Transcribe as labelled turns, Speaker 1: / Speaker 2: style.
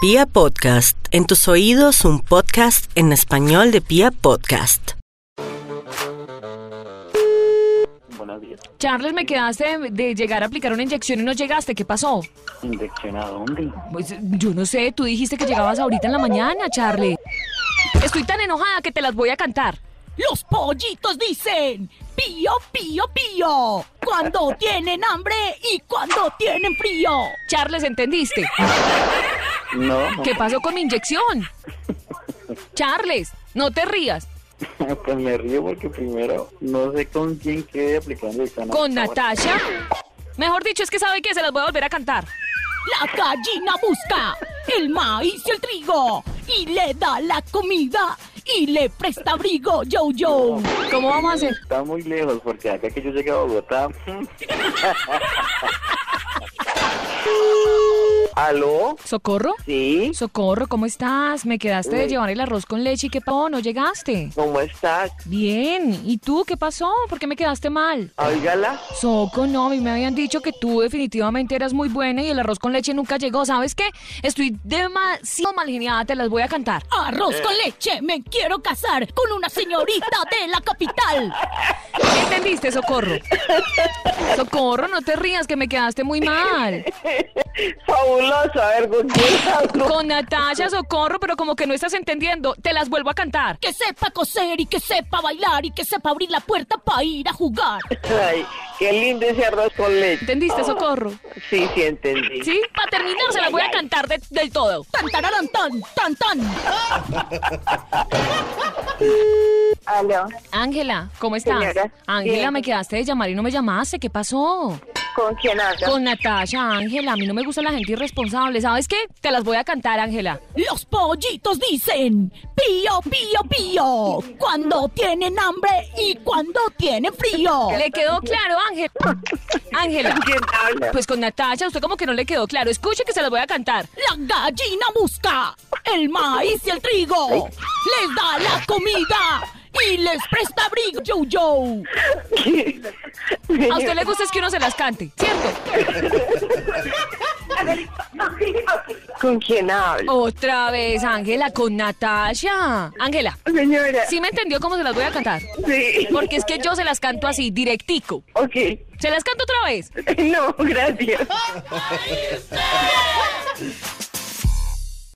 Speaker 1: Pia Podcast, en tus oídos un podcast en español de Pia Podcast.
Speaker 2: Buenos días.
Speaker 3: Charles, me quedaste de, de llegar a aplicar una inyección y no llegaste. ¿Qué pasó?
Speaker 2: ¿Inyección a dónde?
Speaker 3: Pues yo no sé, tú dijiste que llegabas ahorita en la mañana, Charles. Estoy tan enojada que te las voy a cantar.
Speaker 4: Los pollitos dicen pío, pío, pío. Cuando tienen hambre y cuando tienen frío.
Speaker 3: Charles, ¿entendiste?
Speaker 2: No.
Speaker 3: ¿Qué pasó con mi inyección? Charles, no te rías.
Speaker 2: Pues me río porque primero no sé con quién quede aplicando el canal.
Speaker 3: Con Natasha. Mejor dicho, es que sabe que se las voy a volver a cantar.
Speaker 4: La gallina busca el maíz y el trigo y le da la comida y le presta abrigo, yo, yo.
Speaker 3: ¿Cómo vamos a hacer?
Speaker 2: Está muy lejos porque acá que yo llegué a Bogotá. ¿Aló?
Speaker 3: ¿Socorro?
Speaker 2: Sí.
Speaker 3: Socorro, ¿cómo estás? Me quedaste de llevar el arroz con leche y qué pasó, no llegaste.
Speaker 2: ¿Cómo estás?
Speaker 3: Bien, ¿y tú qué pasó? ¿Por qué me quedaste mal?
Speaker 2: Óigala.
Speaker 3: Soco, no, a mí me habían dicho que tú definitivamente eras muy buena y el arroz con leche nunca llegó. ¿Sabes qué? Estoy demasiado mal geniada, te las voy a cantar.
Speaker 4: Arroz con leche, me quiero casar con una señorita de la capital.
Speaker 3: ¿Entendiste, Socorro? Socorro, no te rías, que me quedaste muy mal.
Speaker 5: Fabuloso, a ver, ¿con quién hablo?
Speaker 3: Con Natasha, Socorro, pero como que no estás entendiendo, te las vuelvo a cantar.
Speaker 4: Que sepa coser y que sepa bailar y que sepa abrir la puerta para ir a jugar.
Speaker 5: Ay, qué lindo ese arroz con leche.
Speaker 3: ¿Entendiste, Socorro?
Speaker 5: Sí, sí, entendí.
Speaker 3: ¿Sí? Para terminar, se las voy a cantar de- del todo.
Speaker 4: Tan tararán, tan, tan, tan.
Speaker 6: Aló,
Speaker 3: Ángela, ¿cómo estás?
Speaker 6: Señora,
Speaker 3: Ángela,
Speaker 6: bien.
Speaker 3: me quedaste de llamar y no me llamaste. ¿Qué pasó?
Speaker 6: ¿con quién hablo?
Speaker 3: Con Natasha, Ángela, a mí no me gusta la gente irresponsable. ¿Sabes qué? Te las voy a cantar, Ángela.
Speaker 4: Los pollitos dicen pío, pío, pío. Cuando tienen hambre y cuando tienen frío.
Speaker 3: ¿Le quedó claro, Ángela? Ángela.
Speaker 5: ¿Con quién hablo?
Speaker 3: Pues con Natasha, usted como que no le quedó claro. Escuche que se las voy a cantar.
Speaker 4: La gallina busca el maíz y el trigo. Les da la comida y les presta abrigo. Yo, yo.
Speaker 3: A usted le gusta es que uno se las cante, ¿cierto?
Speaker 5: ¿Con quién hablo?
Speaker 3: Otra vez, Ángela, con Natasha. Ángela,
Speaker 5: Señora,
Speaker 3: Oh. ¿sí me entendió cómo se las voy a cantar?
Speaker 5: sí.
Speaker 3: Porque es que yo se las canto así, directico.
Speaker 5: Ok.
Speaker 3: ¿Se las canto otra vez?
Speaker 5: No, gracias.